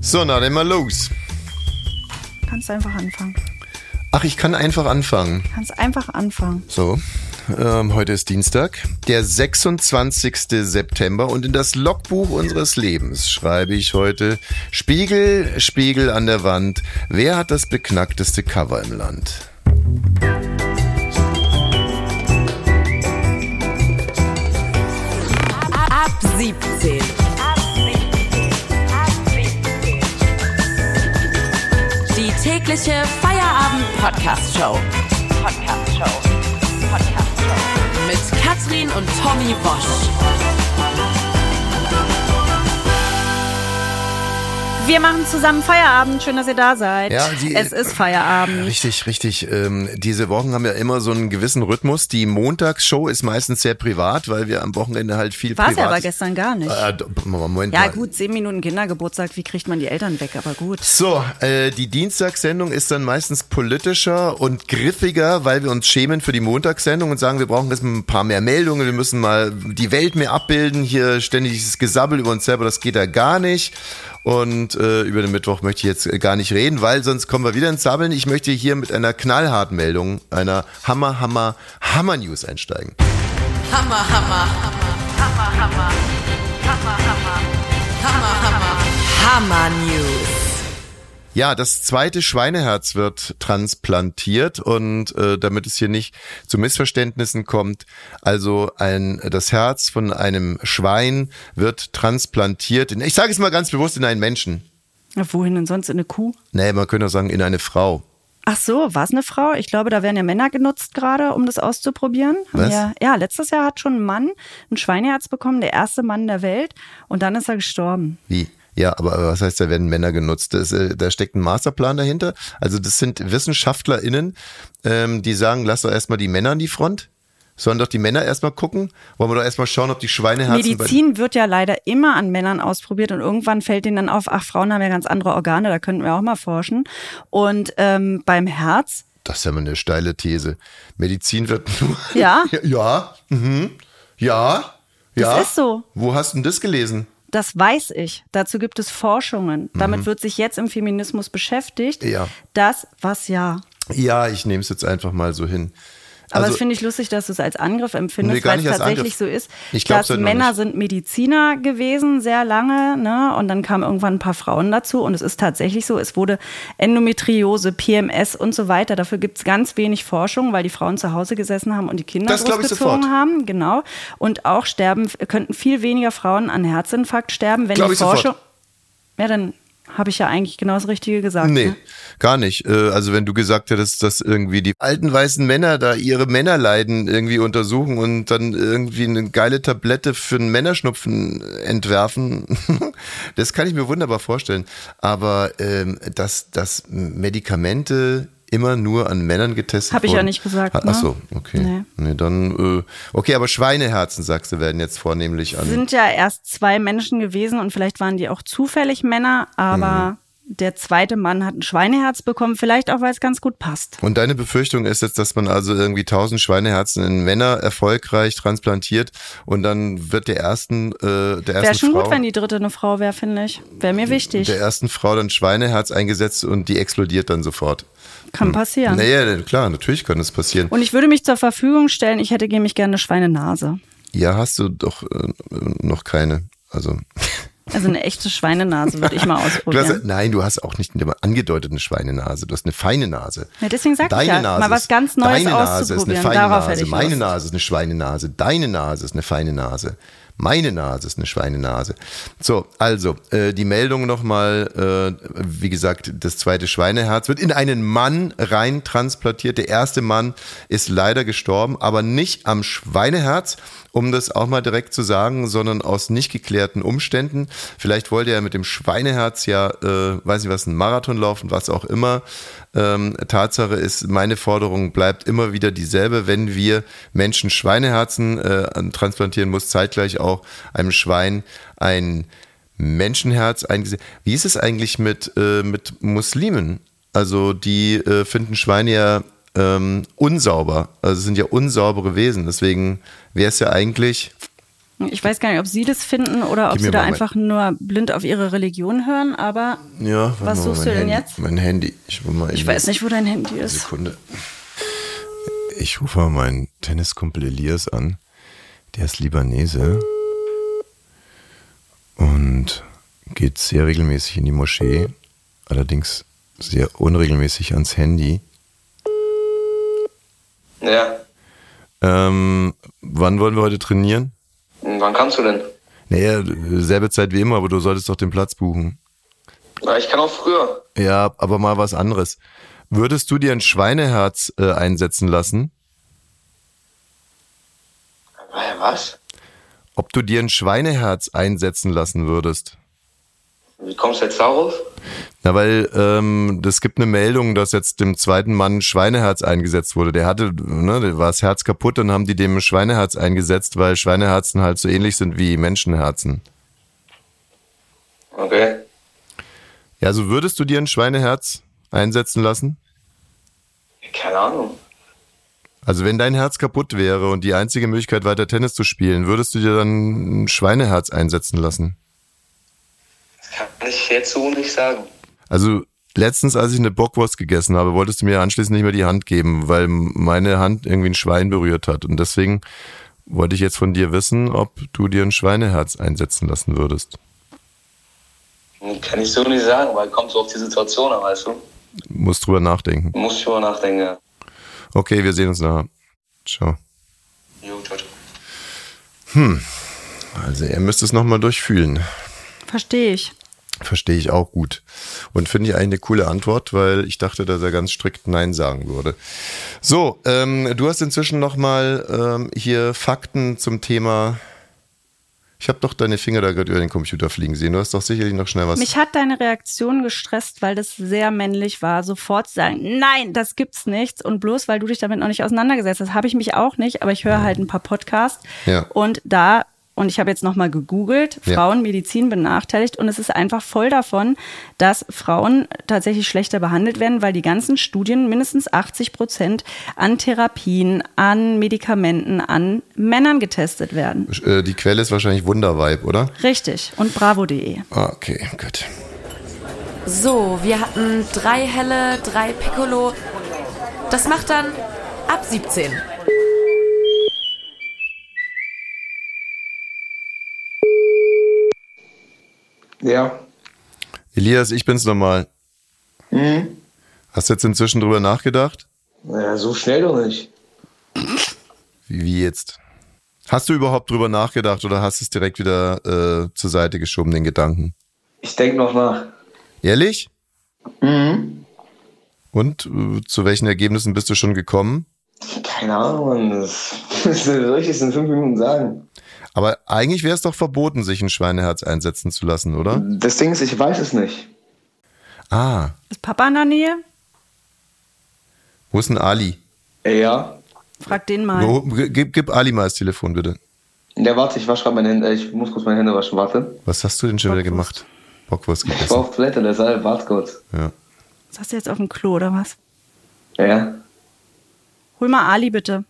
So, na dann mal los. Kannst einfach anfangen. Ach, ich kann einfach anfangen. Kannst einfach anfangen. So, ähm, heute ist Dienstag, der 26. September und in das Logbuch unseres Lebens schreibe ich heute Spiegel, Spiegel an der Wand, wer hat das beknackteste Cover im Land? Ab 17. Die tägliche Feierabend-Podcast-Show. Podcast-Show. Podcast-Show. Mit Katrin und Tommy Bosch. Wir machen zusammen Feierabend. Schön, dass ihr da seid. Ja, die- es ist Feierabend. Richtig, richtig. Ähm, diese Wochen haben ja immer so einen gewissen Rhythmus. Die Montagsshow ist meistens sehr privat, weil wir am Wochenende halt viel War es privat. ja aber gestern gar nicht. Äh, d- Moment ja, mal. gut, zehn Minuten Kindergeburtstag. Wie kriegt man die Eltern weg? Aber gut. So, äh, die Dienstagssendung ist dann meistens politischer und griffiger, weil wir uns schämen für die Montagssendung und sagen, wir brauchen jetzt ein paar mehr Meldungen, wir müssen mal die Welt mehr abbilden, hier ständig dieses Gesabbel über uns selber, das geht ja gar nicht. Und äh, über den Mittwoch möchte ich jetzt äh, gar nicht reden, weil sonst kommen wir wieder ins Sabbeln. Ich möchte hier mit einer knallharten Meldung, einer Hammer, Hammer, Hammer News einsteigen. Hammer, Hammer. Hammer, Hammer. Hammer, Hammer. Hammer, Hammer. Hammer News. Ja, das zweite Schweineherz wird transplantiert und äh, damit es hier nicht zu Missverständnissen kommt, also ein das Herz von einem Schwein wird transplantiert. In, ich sage es mal ganz bewusst in einen Menschen. Na, Wohin denn sonst? In eine Kuh? Nee, man könnte auch sagen in eine Frau. Ach so, war es eine Frau? Ich glaube, da werden ja Männer genutzt gerade, um das auszuprobieren. Haben Was? Ja, ja, letztes Jahr hat schon ein Mann ein Schweineherz bekommen, der erste Mann der Welt. Und dann ist er gestorben. Wie? Ja, aber was heißt, da werden Männer genutzt? Das, äh, da steckt ein Masterplan dahinter. Also das sind WissenschaftlerInnen, ähm, die sagen, lass doch erstmal die Männer an die Front. Sollen doch die Männer erstmal gucken? Wollen wir doch erstmal schauen, ob die Schweineherzen... bei- Medizin wird ja leider immer an Männern ausprobiert und irgendwann fällt denen dann auf, ach, Frauen haben ja ganz andere Organe, da könnten wir auch mal forschen. Und ähm, beim Herz, Das ist ja mal eine steile These. Medizin wird nur. Ja? Ja. Mhm. Ja. Ja. Das ist so. Wo hast du denn das gelesen? das weiß ich, dazu gibt es Forschungen. Damit wird sich jetzt im Feminismus beschäftigt. Mhm. Ja. Das, was ja. Ja, ich nehme es jetzt einfach mal so hin. Aber also, das finde ich lustig, dass du es als Angriff Nee, empfindest, gar weil es nicht als tatsächlich so Angriff. ist, Ich glaub's dass halt noch Männer nicht. sind Mediziner gewesen, sehr lange, ne? Und dann kamen irgendwann ein paar Frauen dazu. Und es ist tatsächlich so, es wurde Endometriose, PMS und so weiter. Dafür gibt es ganz wenig Forschung, weil die Frauen zu Hause gesessen haben und die Kinder Das glaub ich großgezogen sofort. haben. Genau. Und auch sterben, könnten viel weniger Frauen an Herzinfarkt sterben, wenn Glaub die ich sofort. Forschung. Ja, dann habe ich ja eigentlich genau das Richtige gesagt. Nee, Ne? gar nicht. Äh, Also wenn du gesagt hättest, dass irgendwie die alten weißen Männer da ihre Männerleiden irgendwie untersuchen und dann irgendwie eine geile Tablette für einen Männerschnupfen entwerfen, das kann ich mir wunderbar vorstellen. Aber ähm, dass, dass Medikamente immer nur an Männern getestet Hab ich ja wurden- nicht gesagt, Ach, ne? ach so, okay. Nee. Nee. dann, äh, okay, aber Schweineherzen, sagst du, werden jetzt vornehmlich an. sind ja erst zwei Menschen gewesen und vielleicht waren die auch zufällig Männer, aber Mhm. der zweite Mann hat ein Schweineherz bekommen, vielleicht auch, weil es ganz gut passt. Und deine Befürchtung ist jetzt, dass man also irgendwie tausend Schweineherzen in Männer erfolgreich transplantiert und dann wird der ersten, äh, der Wäre ersten schon Frau, gut, wenn die dritte eine Frau wäre, finde ich. Wäre mir wichtig. der ersten Frau dann Schweineherz eingesetzt und die explodiert dann sofort. Kann passieren. Naja, klar, natürlich kann das passieren. Und ich würde mich zur Verfügung stellen, ich hätte nämlich gerne eine Schweinenase. ja, hast du doch äh, noch keine. Also, Also eine echte Schweinenase würde ich mal du hast, ausprobieren. nein, du hast auch nicht eine angedeutet eine Schweinenase. Du hast eine feine Nase. Ja, deswegen sag ich deine ja, Nase mal was ist- ganz Neues Deine Nase ist eine auszuprobieren. feine Darauf hätte Nase. ich Meine Lust. Nase ist eine Schweinenase. Deine Nase ist eine feine Nase. Meine Nase ist eine Schweinenase. So, also, äh, die Meldung nochmal, äh, wie gesagt, das zweite Schweineherz wird in einen Mann rein transplantiert. Der erste Mann ist leider gestorben, aber nicht am Schweineherz, um das auch mal direkt zu sagen, sondern aus nicht geklärten Umständen. Vielleicht wollte er mit dem Schweineherz ja, äh, weiß nicht was, einen Marathon laufen, was auch immer. Ähm, Tatsache ist, meine Forderung bleibt immer wieder dieselbe, wenn wir Menschen Schweineherzen äh, an- transplantieren, muss zeitgleich auch einem Schwein ein Menschenherz eingesetzt. Wie ist es eigentlich mit, äh, mit Muslimen? Also die äh, finden Schweine ja ähm, unsauber, also es sind ja unsaubere Wesen, deswegen wäre es ja eigentlich Ich weiß gar nicht, ob Sie das finden oder ob Gib mir Sie da mal mein- einfach nur blind auf Ihre Religion hören, aber Ja, warte was mal, mein suchst du denn Handy, jetzt? Mein Handy. Ich, will mal Ich in- weiß nicht, wo dein Handy ist. Sekunde. Ich rufe mal meinen Tenniskumpel Elias an. Der ist Libanese und geht sehr regelmäßig in die Moschee, allerdings sehr unregelmäßig ans Handy. Ja. Ähm, wann wollen wir heute trainieren? Wann kannst du denn? Naja, selbe Zeit wie immer, aber du solltest doch den Platz buchen. Na, Ah, ich kann auch früher. Ja, aber mal was anderes. Würdest du dir ein Schweineherz äh, einsetzen lassen? Äh, Was? Ob du dir ein Schweineherz einsetzen lassen würdest? Wie kommst du jetzt darauf? Na, weil ähm, es gibt eine Meldung, dass jetzt dem zweiten Mann ein Schweineherz eingesetzt wurde. Der hatte, ne, der war das Herz kaputt, dann haben die dem ein Schweineherz eingesetzt, weil Schweineherzen halt so ähnlich sind wie Menschenherzen. Okay. Ja, also würdest du dir ein Schweineherz einsetzen lassen? Keine Ahnung. Also wenn dein Herz kaputt wäre und die einzige Möglichkeit weiter Tennis zu spielen, würdest du dir dann ein Schweineherz einsetzen lassen? Das kann ich jetzt so nicht sagen. Also letztens, als ich eine Bockwurst gegessen habe, wolltest du mir anschließend nicht mehr die Hand geben, weil meine Hand irgendwie ein Schwein berührt hat. Und deswegen wollte ich jetzt von dir wissen, ob du dir ein Schweineherz einsetzen lassen würdest. Hm, Kann ich so nicht sagen, weil kommt so auf die Situation an, weißt du? Muss drüber nachdenken. Muss ich drüber nachdenken. Okay, wir sehen uns nachher. Ciao. Jo, ciao, ciao. Also er müsste es nochmal durchfühlen. Verstehe ich. Verstehe ich auch gut. Und finde ich eigentlich eine coole Antwort, weil ich dachte, dass er ganz strikt Nein sagen würde. So, ähm, du hast inzwischen nochmal ähm, hier Fakten zum Thema. Ich habe doch deine Finger da gerade über den Computer fliegen sehen. Du hast doch sicherlich noch schnell was. Mich hat deine Reaktion gestresst, weil das sehr männlich war, sofort zu sagen, nein, das gibt's nicht. Und bloß, weil du dich damit noch nicht auseinandergesetzt hast, habe ich mich auch nicht, aber ich höre halt ein paar Podcasts. Ja. Und da, und ich habe jetzt nochmal gegoogelt, Ja. Frauen Medizin benachteiligt. Und es ist einfach voll davon, dass Frauen tatsächlich schlechter behandelt werden, weil die ganzen Studien mindestens 80 Prozent an Therapien, an Medikamenten, an Männern getestet werden. Äh, die Quelle ist wahrscheinlich Wunderweib, oder? Richtig. Und bravo.de. Ah, okay, gut. So, wir hatten drei helle, drei Piccolo. Das macht dann ab 17. Ja. Elias, ich bin's nochmal. Hast du jetzt inzwischen drüber nachgedacht? ja. So schnell doch nicht. Wie, wie jetzt? Hast du überhaupt drüber nachgedacht oder hast es direkt wieder äh, zur Seite geschoben, den Gedanken? Ich denke noch nach. Ehrlich? Und äh, zu welchen Ergebnissen bist du schon gekommen? Keine Ahnung, Mann. Das soll ich jetzt in fünf Minuten sagen? Aber eigentlich wäre es doch verboten, sich ein Schweineherz einsetzen zu lassen, oder? Das Ding ist, ich weiß es nicht. Ah, Ist Papa in der Nähe? wo ist denn Ali? Ja. Frag den mal. Wo, gib, gib Ali mal das Telefon, bitte. Ja, warte, ich wasche gerade meine Hände. Ich muss kurz meine Hände waschen. Warte. Was hast du denn schon wieder gemacht? Bockwurst Ich war gegessen. auf Toilette, deshalb warte kurz. Ja. Was hast du jetzt auf dem Klo oder was? Ja. Hol mal Ali bitte.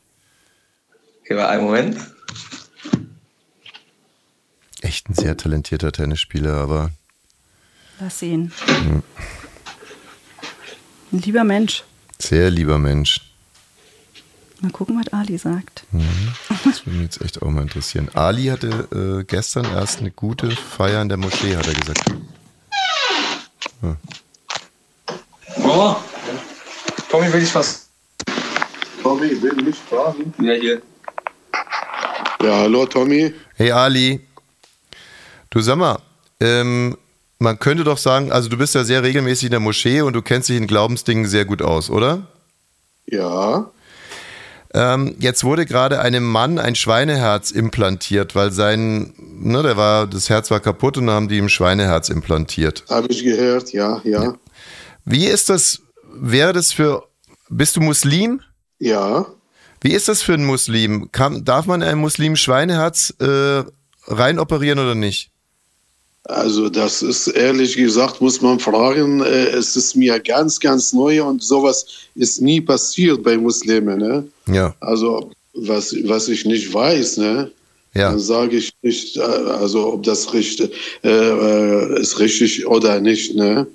Okay, einen Moment. Echt ein sehr talentierter Tennisspieler, aber Lass ihn. Ein lieber Mensch. sehr lieber Mensch. Mal gucken, was Ali sagt. Das würde mich jetzt echt auch mal interessieren. Ali hatte äh, gestern erst eine gute Feier in der Moschee, hat er gesagt. Mama, Tommy will ich was. Tommy will mich fragen. Ja, hier. Ja, hallo Tommy. Hey Ali, du sag mal, ähm, man könnte doch sagen, also du bist ja sehr regelmäßig in der Moschee und du kennst dich in Glaubensdingen sehr gut aus, oder? Ja, Ähm, jetzt wurde gerade einem Mann ein Schweineherz implantiert, weil sein, ne, der war, das Herz war kaputt und dann haben die ihm Schweineherz implantiert. habe ich gehört. Ja, ja, Wie ist das, wäre das für, bist du Muslim? ja. Wie ist das für einen Muslim? Kann, darf man einem Muslim Schweineherz äh, rein operieren oder nicht? Also das ist ehrlich gesagt, muss man fragen. äh, Es ist mir ganz, ganz neu und sowas ist nie passiert bei Muslimen. Ne? Ja, Also was, was ich nicht weiß. Ne? Ja. Dann sage ich nicht, äh, also ob das richtig äh, äh, ist richtig oder nicht. Ne?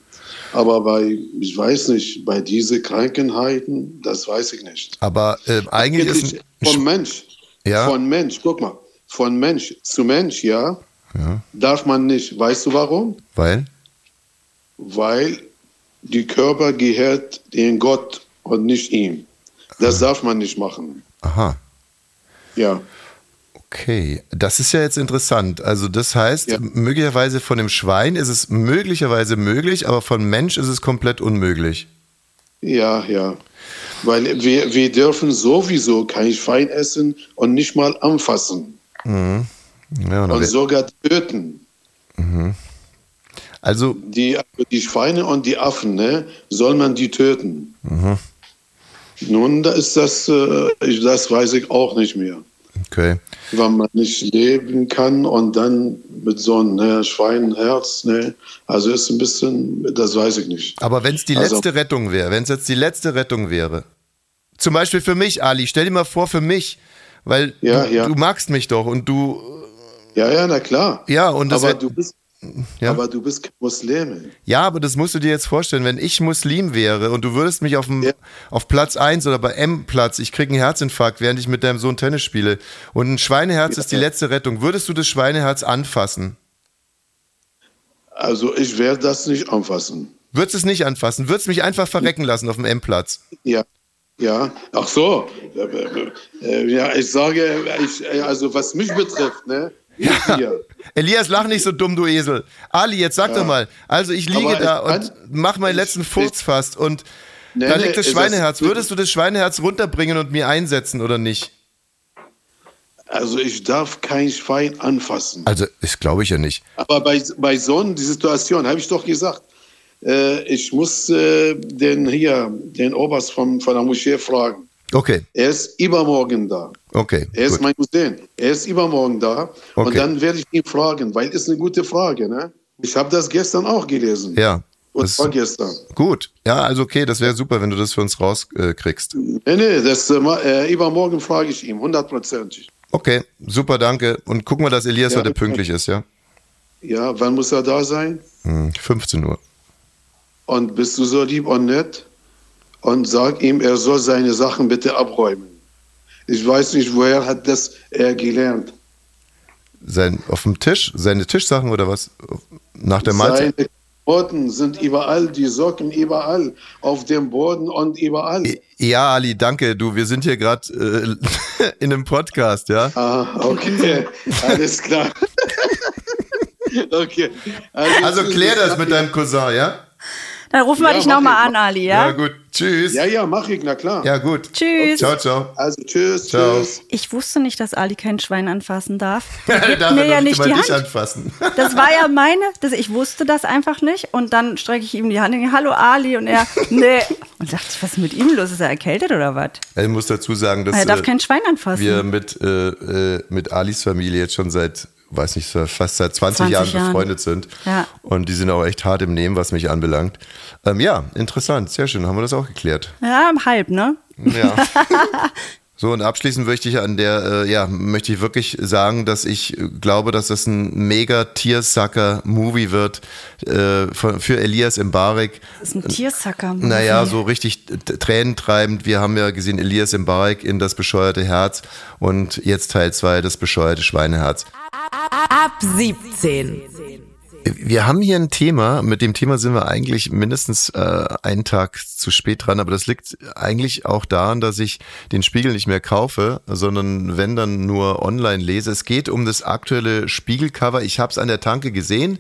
Aber bei, ich weiß nicht, bei diesen Krankheiten, das weiß ich nicht. Aber äh, eigentlich ist ein, von Mensch, Ja. von Mensch, guck mal, von Mensch zu Mensch, ja, darf man nicht. Weißt du warum? weil Weil die Körper gehört den Gott und nicht ihm. Das darf man nicht machen. aha. Ja. Okay, das ist ja jetzt interessant. Also das heißt, Ja. möglicherweise von dem Schwein ist es möglicherweise möglich, aber von Mensch ist es komplett unmöglich. Ja, ja. Weil wir, wir dürfen sowieso kein Schwein essen und nicht mal anfassen Ja, und und sogar töten. also Die, die Schweine und die Affen, ne, soll man die töten. Mhm. Nun, da ist das, äh, ich- das weiß ich auch nicht mehr. okay. Wenn man nicht leben kann und dann mit so einem ne, Schweinherz, ne, also ist ein bisschen, das weiß ich nicht. Aber wenn es die Also- letzte Rettung wäre, wenn es jetzt die letzte Rettung wäre, zum Beispiel für mich, Ali, stell dir mal vor für mich, weil Ja, du, ja. du magst mich doch und du Ja, ja, na klar. ja und das aber, wär- du bist, ja. aber du bist kein Muslime. Ja, aber das musst du dir jetzt vorstellen, wenn ich Muslim wäre und du würdest mich auf, dem, Ja. auf Platz 1 oder bei M-Platz, ich krieg einen Herzinfarkt, während ich mit deinem Sohn Tennis spiele und ein Schweineherz ist die letzte Rettung, würdest du das Schweineherz anfassen? Also ich werde das nicht anfassen. Würdest es nicht anfassen? Würdest mich einfach verrecken lassen auf dem M-Platz? Ja, ja. Ach so. Äh, äh, Ja, ich sage, ich, äh, also was mich betrifft, ne? nicht ihr. Elias, lach nicht so dumm, du Esel. Ali, jetzt sag doch mal. Also ich liege Aber da ich und kann- mach meinen ich- letzten Furz fast und Nee, da nee, liegt das ist Schweineherz. Würdest du das Schweineherz runterbringen und mir einsetzen oder nicht? Also ich darf kein Schwein anfassen. Also, das glaube ich ja nicht. Aber bei, bei so einer Situation habe ich doch gesagt, äh, ich muss äh, den hier, den Oberst vom, von der Moschee fragen. Okay, Er ist übermorgen da. okay. Er ist gut. mein Cousin. Er ist übermorgen da. Okay. Und dann werde ich ihn fragen, weil ist eine gute Frage. Ne? Ich habe das gestern auch gelesen. ja. Und das- vorgestern. Gut, ja, also okay, das wäre super, wenn du das für uns rauskriegst. Nee, nee, das, äh, ma- äh, übermorgen frage ich ihm, hundertprozentig. Okay, super, danke. Und gucken wir, dass Elias Ja, heute okay. pünktlich ist, ja? Ja, wann muss er da sein? Hm, 15 Uhr. Und bist du so lieb und nett? Und sag ihm, er soll seine Sachen bitte abräumen. Ich weiß nicht, woher hat das er gelernt. Sein, auf dem Tisch, seine Tischsachen oder was? Nach der Seine Mahlzeit? Klamotten sind überall, die Socken überall, auf dem Boden und überall. E-, Ja, Ali, danke. Du, wir sind hier gerade äh, in einem Podcast, ja? Ah, okay, alles klar. okay. Also klär das mit deinem Cousin, ja? Dann rufen wir Ja, dich mach nochmal ich. an, Ali, ja? Ja, gut. Tschüss. Ja, Ja, ja, mach ich, na klar. gut. Tschüss. Ciao, ciao. Also tschüss, Ciao. tschüss. Ich wusste nicht, dass Ali kein Schwein anfassen darf. Der Darf gibt er mir doch ja nicht nicht mal die dich Hand. anfassen. Das war ja meine, das, ich wusste das einfach nicht. Und dann strecke ich ihm die Hand und ich, hallo Ali. Und er, nee. Und dachte ich, was ist mit ihm los? Ist er erkältet oder was? Ich muss dazu sagen, dass Er darf äh, kein Schwein anfassen. wir mit, äh, äh, mit Alis Familie jetzt schon seit, weiß nicht, so fast seit 20, 20 Jahren Jahren. befreundet sind. Ja. Und die sind auch echt hart im Nehmen, was mich anbelangt. Ähm, ja, interessant, sehr schön, haben wir das auch geklärt. ja, halb, ne? Ja. So, und abschließend möchte ich an der, äh, ja, möchte ich wirklich sagen, dass ich äh, glaube, dass das ein mega Tiersucker-Movie wird äh, für, für Elias Mbarek. Das ist ein Tiersacker. Naja, so richtig t- tränentreibend. Wir haben ja gesehen, Elias Mbarek in das bescheuerte Herz und jetzt Teil 2, das bescheuerte Schweineherz. Ab 17. Wir haben hier ein Thema, mit dem Thema sind wir eigentlich mindestens äh, einen Tag zu spät dran, aber das liegt eigentlich auch daran, dass ich den Spiegel nicht mehr kaufe, sondern wenn dann nur online lese. Es geht um das aktuelle Spiegelcover. Ich habe es an der Tanke gesehen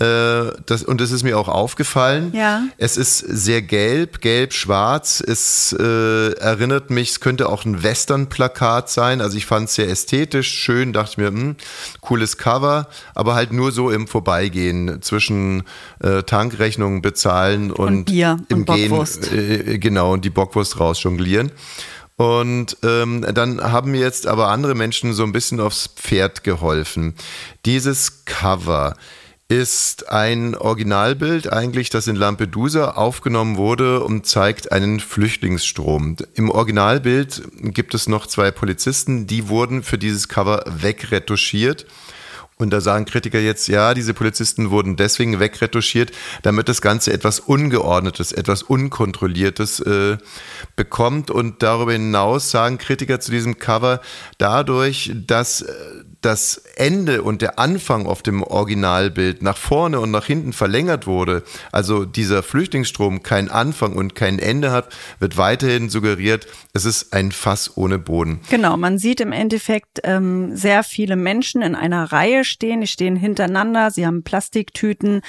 äh, das, und es ist mir auch aufgefallen. Ja. Es ist sehr gelb, gelb-schwarz. Es äh, erinnert mich, es könnte auch ein Western-Plakat sein. Also ich fand es sehr ästhetisch, schön, dachte mir, hm, cooles Cover, aber halt nur so im Vorbeigehen zwischen äh, Tankrechnungen bezahlen und, Bier im und Gehen Bockwurst. äh, genau und die Bockwurst rausjonglieren. Und ähm, dann haben mir jetzt aber andere Menschen so ein bisschen aufs Pferd geholfen. Dieses Cover ist ein Originalbild eigentlich, das in Lampedusa aufgenommen wurde und zeigt einen Flüchtlingsstrom. Im Originalbild gibt es noch zwei Polizisten, die wurden für dieses Cover wegretuschiert. Und da sagen Kritiker jetzt, ja, diese Polizisten wurden deswegen wegretuschiert, damit das Ganze etwas Ungeordnetes, etwas Unkontrolliertes äh, bekommt. Und darüber hinaus sagen Kritiker zu diesem Cover, dadurch, dass äh, das Ende und der Anfang auf dem Originalbild nach vorne und nach hinten verlängert wurde, also dieser Flüchtlingsstrom keinen Anfang und kein Ende hat, wird weiterhin suggeriert, es ist ein Fass ohne Boden. Genau, man sieht im Endeffekt ähm, sehr viele Menschen in einer Reihe stehen. Die stehen hintereinander, sie haben Plastiktüten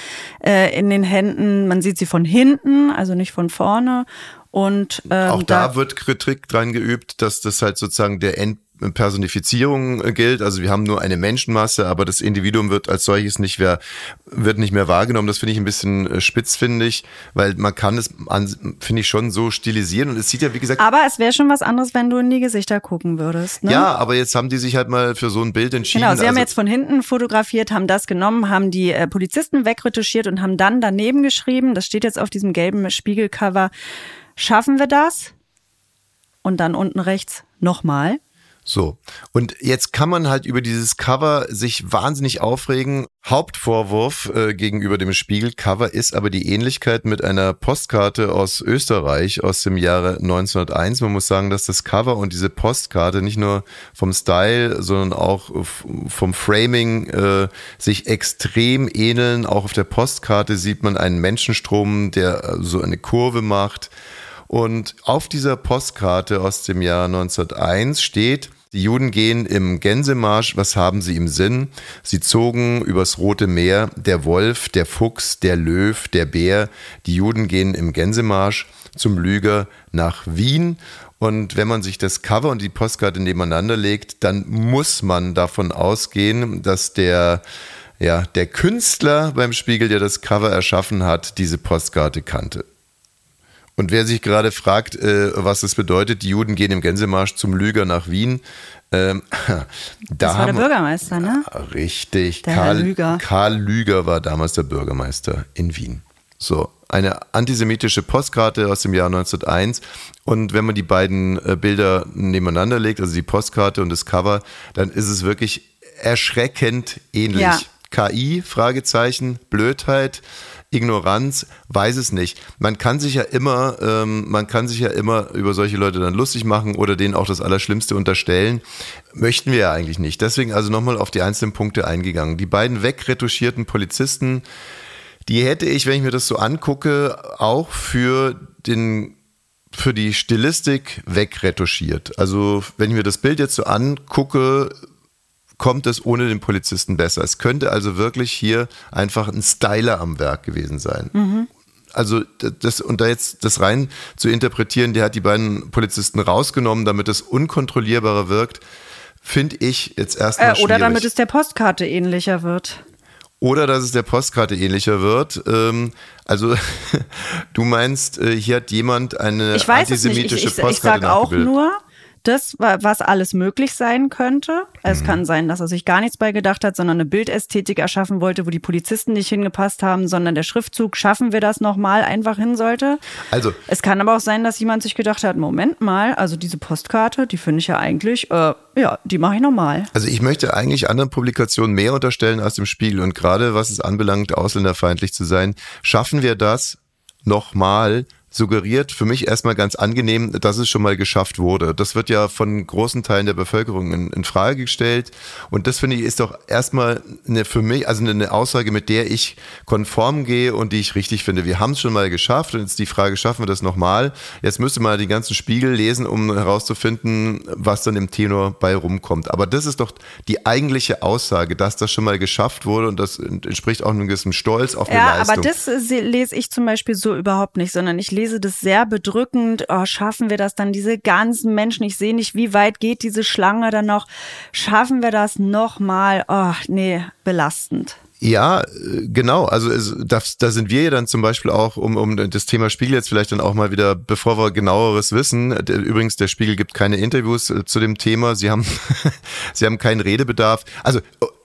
äh, in den Händen. Man sieht sie von hinten, also nicht von vorne. Und ähm, Auch da, wird Kritik dran geübt, dass das halt sozusagen der Endpersonifizierung gilt. Also wir haben nur eine Menschenmasse, aber das Individuum wird als solches nicht mehr, wird nicht mehr wahrgenommen. Das finde ich ein bisschen äh, spitzfindig, weil man kann es, an- finde ich, schon so stilisieren. Und es sieht ja, wie gesagt, aber es wäre schon was anderes, wenn du in die Gesichter gucken würdest. Ah, Ne? ja, aber jetzt haben die sich halt mal für so ein Bild entschieden. Genau, sie haben Also- jetzt von hinten fotografiert, haben das genommen, haben die äh, Polizisten wegretuschiert und haben dann daneben geschrieben, das steht jetzt auf diesem gelben Spiegelcover, schaffen wir das? Und dann unten rechts nochmal. So. Und jetzt kann man halt über dieses Cover sich wahnsinnig aufregen. Hauptvorwurf äh, gegenüber dem Spiegel-Cover ist aber die Ähnlichkeit mit einer Postkarte aus Österreich aus dem Jahre 1901. Man muss sagen, dass das Cover und diese Postkarte nicht nur vom Style, sondern auch äh, f- vom Framing äh, sich extrem ähneln. Auch auf der Postkarte sieht man einen Menschenstrom, der äh, so eine Kurve macht. Und auf dieser Postkarte aus dem Jahr 1901 steht, die Juden gehen im Gänsemarsch, was haben sie im Sinn? Sie zogen übers Rote Meer, der Wolf, der Fuchs, der Löw, der Bär. Die Juden gehen im Gänsemarsch zum Lüger nach Wien. Und wenn man sich das Cover und die Postkarte nebeneinander legt, dann muss man davon ausgehen, dass der, ja, der Künstler beim Spiegel, der das Cover erschaffen hat, diese Postkarte kannte. Und wer sich gerade fragt, äh, was das bedeutet, die Juden gehen im Gänsemarsch zum Lüger nach Wien. Ähm, da Das war der haben wir- Bürgermeister, ne? Richtig, Der Karl Herr Lüger. Karl Lüger war damals der Bürgermeister in Wien. So, eine antisemitische Postkarte aus dem Jahr 1901. Und wenn man die beiden äh, Bilder nebeneinander legt, also die Postkarte und das Cover, dann ist es wirklich erschreckend ähnlich. Ja. KI, Fragezeichen, Blödheit, Ignoranz, weiß es nicht. Man kann sich ja immer, ähm, man kann sich ja immer über solche Leute dann lustig machen oder denen auch das Allerschlimmste unterstellen. Möchten wir ja eigentlich nicht. Deswegen also nochmal auf die einzelnen Punkte eingegangen. Die beiden wegretuschierten Polizisten, die hätte ich, wenn ich mir das so angucke, auch für den für die Stilistik wegretuschiert. Also, wenn ich mir das Bild jetzt so angucke, kommt es ohne den Polizisten besser. Es könnte also wirklich hier einfach ein Styler am Werk gewesen sein. Mhm. Also d- das und da jetzt das rein zu interpretieren, der hat die beiden Polizisten rausgenommen, damit es unkontrollierbarer wirkt, finde ich jetzt erstmal Äh, schwierig. oder damit es der Postkarte ähnlicher wird. Oder dass es der Postkarte ähnlicher wird. Ähm, also du meinst, äh, hier hat jemand eine Ich weiß es nicht. Ich, Äh, antisemitische ich, ich Postkarte sage auch nachgebildet. nur, das, wa- was alles möglich sein könnte. Mhm. Es kann sein, dass er sich gar nichts bei gedacht hat, sondern eine Bildästhetik erschaffen wollte, wo die Polizisten nicht hingepasst haben, sondern der Schriftzug, schaffen wir das nochmal, einfach hin sollte. Also- Es kann aber auch sein, dass jemand sich gedacht hat, Moment mal, also diese Postkarte, die finde ich ja eigentlich, äh, ja, die mache ich nochmal. Also ich möchte eigentlich anderen Publikationen mehr unterstellen als dem Spiegel und gerade was es anbelangt, ausländerfeindlich zu sein, schaffen wir das nochmal suggeriert für mich erstmal ganz angenehm, dass es schon mal geschafft wurde. Das wird ja von großen Teilen der Bevölkerung in, in Frage gestellt und das finde ich ist doch erstmal eine für mich, also eine, eine Aussage, mit der ich konform gehe und die ich richtig finde. Wir haben es schon mal geschafft und jetzt die Frage, schaffen wir das nochmal? Jetzt müsste man den ganzen Spiegel lesen, um herauszufinden, was dann im Tenor bei rumkommt. Aber das ist doch die eigentliche Aussage, dass das schon mal geschafft wurde und das entspricht auch einem gewissen Stolz auf eine Ja, Leistung. aber das äh, se- lese ich zum Beispiel so überhaupt nicht, sondern ich lese das sehr bedrückend. Oh, schaffen wir das dann, diese ganzen Menschen? Ich sehe nicht, wie weit geht diese Schlange dann noch? Schaffen wir das nochmal? Oh, nee, belastend. Ja, äh, genau. Also es, das, da sind wir ja dann zum Beispiel auch, um, um das Thema Spiegel jetzt vielleicht dann auch mal wieder, bevor wir genaueres wissen. Der, übrigens, der Spiegel gibt keine Interviews äh, zu dem Thema. Sie haben, sie haben keinen Redebedarf. Also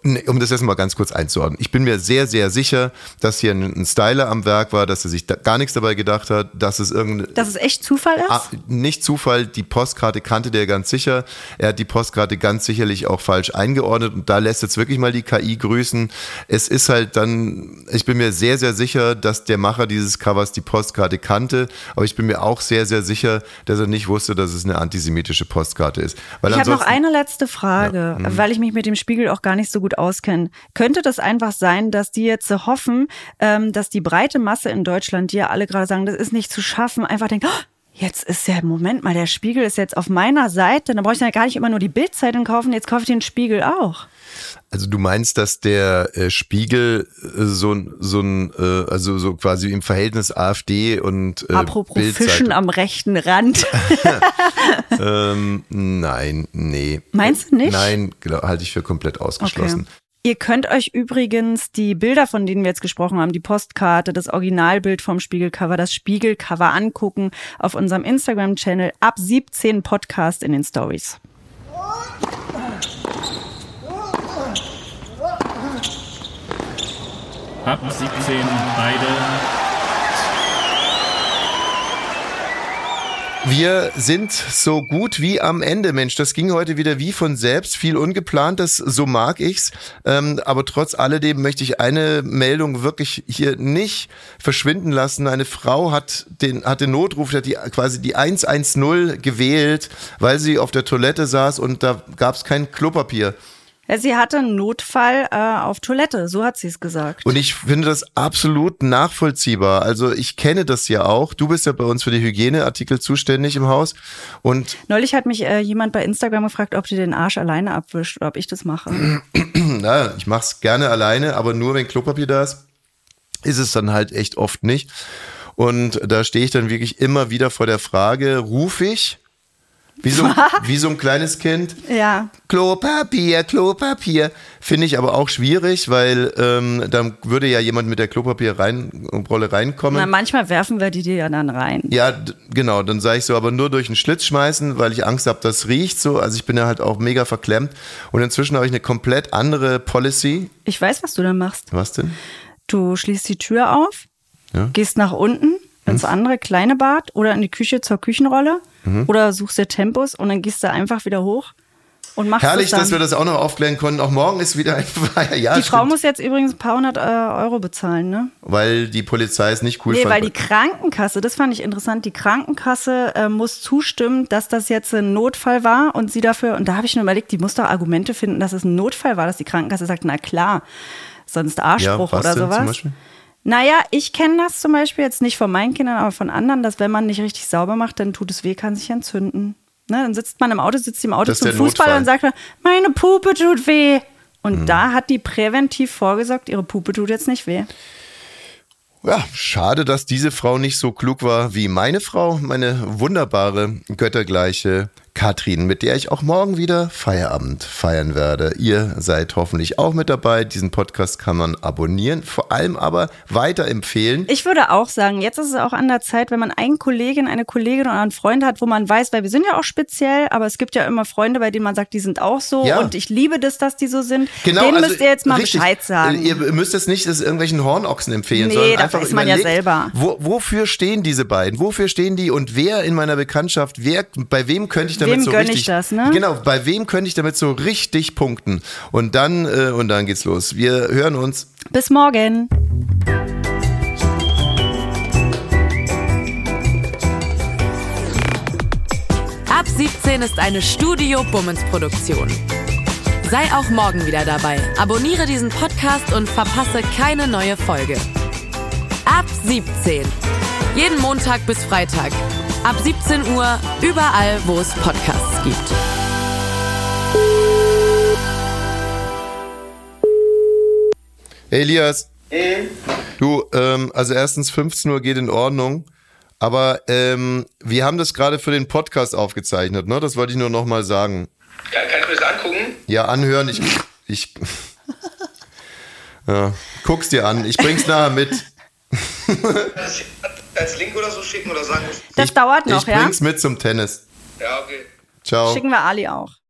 Nee, um das jetzt mal ganz kurz einzuordnen. Ich bin mir sehr, sehr sicher, dass hier ein, ein Styler am Werk war, dass er sich da gar nichts dabei gedacht hat, dass es irgendein Dass es echt Zufall ist? Ah, nicht Zufall, die Postkarte kannte der ganz sicher. Er hat die Postkarte ganz sicherlich auch falsch eingeordnet und da lässt jetzt wirklich mal die KI grüßen. Es ist halt dann, ich bin mir sehr, sehr sicher, dass der Macher dieses Covers die Postkarte kannte, aber ich bin mir auch sehr, sehr sicher, dass er nicht wusste, dass es eine antisemitische Postkarte ist. Weil Ich habe noch ansonsten- mhm. eine letzte Frage, weil ich mich mit dem Spiegel auch gar nicht so gut auskenne. Könnte das einfach sein, dass die jetzt so hoffen, ähm, dass die breite Masse in Deutschland, die ja alle gerade sagen, das ist nicht zu schaffen, einfach denkt, oh, jetzt ist ja, Moment mal, der Spiegel ist jetzt auf meiner Seite, dann brauche ich ja gar nicht immer nur die Bildzeitung kaufen, jetzt kaufe ich den Spiegel auch. Also du meinst, dass der äh, Spiegel äh, so ein, so ein, äh, also so quasi im Verhältnis AfD und äh, Apropos Bildzeitung- Fischen am rechten Rand. Ähm, nein, nee. Meinst du nicht? Nein, glaub, halte ich für komplett ausgeschlossen. Ihr könnt euch übrigens die Bilder, von denen wir jetzt gesprochen haben, die Postkarte, das Originalbild vom Spiegelcover, das Spiegelcover angucken auf unserem Instagram-Channel ab 17 Podcast in den Stories. Ab 17 beide Wir sind so gut wie am Ende, Mensch. Das ging heute wieder wie von selbst, viel ungeplantes, so mag ich's. Ähm, aber trotz alledem möchte ich eine Meldung wirklich hier nicht verschwinden lassen. Eine Frau hat den, hat den Notruf, die hat die, quasi die 110 gewählt, weil sie auf der Toilette saß und da gab's kein Klopapier. Ja, Sie hatte einen Notfall äh, auf Toilette, so hat sie es gesagt. Und ich finde das absolut nachvollziehbar. Also ich kenne das ja auch. Du bist ja bei uns für die Hygieneartikel zuständig im Haus. Und Neulich hat mich äh, jemand bei Instagram gefragt, ob die den Arsch alleine abwischt oder ob ich das mache. na, ich mache es gerne alleine, aber nur wenn Klopapier da ist, ist es dann halt echt oft nicht. Und da stehe ich dann wirklich immer wieder vor der Frage, ruf ich? Wie so, wie so ein kleines Kind. ja, Klopapier, Klopapier. Finde ich aber auch schwierig, weil ähm, dann würde ja jemand mit der Klopapierrolle reinkommen. na, manchmal werfen wir die dir ja dann rein. Ja, d- genau, dann sage ich so, aber nur durch den Schlitz schmeißen, weil ich Angst habe, das riecht so. Also ich bin ja halt auch mega verklemmt. Und inzwischen habe ich eine komplett andere Policy. Ich weiß, was du dann machst. Was denn? Du schließt die Tür auf, Ja. Hm? gehst nach unten ins andere kleine Bad oder in die Küche zur Küchenrolle Mhm. oder suchst dir Tempos und dann gehst du einfach wieder hoch und machst Herrlich, das dass wir dann. das auch noch aufklären konnten. Auch morgen ist wieder ein Feier. Ja, die Frau stimmt. muss jetzt übrigens ein paar hundert äh, Euro bezahlen, ne? weil die Polizei es nicht cool Nee, fand. weil die Krankenkasse, das fand ich interessant, die Krankenkasse äh, muss zustimmen, dass das jetzt ein Notfall war und sie dafür, und da habe ich nur überlegt, die muss doch Argumente finden, dass es ein Notfall war, dass die Krankenkasse sagt, na klar, sonst Ja, was Arschbruch oder denn zum sowas. Beispiel? Naja, ich kenne das zum Beispiel jetzt nicht von meinen Kindern, aber von anderen, dass wenn man nicht richtig sauber macht, dann tut es weh, kann sich entzünden. Ne, dann sitzt man im Auto, sitzt im Auto Das ist zum der Fußball Notfall. Mhm. und sagt, dann, meine Puppe tut weh. Und da hat die präventiv vorgesorgt, ihre Puppe tut jetzt nicht weh. ja, schade, dass diese Frau nicht so klug war wie meine Frau, meine wunderbare, göttergleiche Katrin, mit der ich auch morgen wieder Feierabend feiern werde. Ihr seid hoffentlich auch mit dabei. Diesen Podcast kann man abonnieren, vor allem aber weiterempfehlen. Ich würde auch sagen, jetzt ist es auch an der Zeit, wenn man einen Kollegen, eine Kollegin oder einen Freund hat, wo man weiß, weil wir sind ja auch speziell, aber es gibt ja immer Freunde, bei denen man sagt, die sind auch so Ja. also und ich liebe das, dass die so sind. Denen müsst ihr jetzt mal Genau, richtig. Bescheid sagen. Ihr müsst es nicht das irgendwelchen Hornochsen empfehlen, Nee, sondern das einfach weiß man ja überlegt, selber. Wo, wofür stehen diese beiden? Wofür stehen die und wer in meiner Bekanntschaft, wer, bei wem könnte ich damit Wem so gönn ich richtig das, ne? Genau, bei wem könnte ich damit so richtig punkten? Und dann äh, und dann geht's los. Wir hören uns. Bis morgen. Ab 17 ist eine Studio Bummens Produktion. Sei auch morgen wieder dabei. Abonniere diesen Podcast und verpasse keine neue Folge. Ab 17. Jeden Montag bis Freitag. Ab 17 Uhr überall, wo es Podcasts gibt. Hey, Elias. Du, ähm, also erstens 15 Uhr geht in Ordnung. Aber ähm, wir haben das gerade für den Podcast aufgezeichnet, ne? Das wollte ich nur nochmal sagen. Kann, kann ich mir das angucken? Ja, anhören. Ich, ich ja, guck's dir an. Ich bring's nachher mit. Als Link oder so schicken oder sagen? Das ich, dauert noch, ich ja? bring's mit zum Tennis. Ja, okay. Ciao. Schicken wir Ali auch.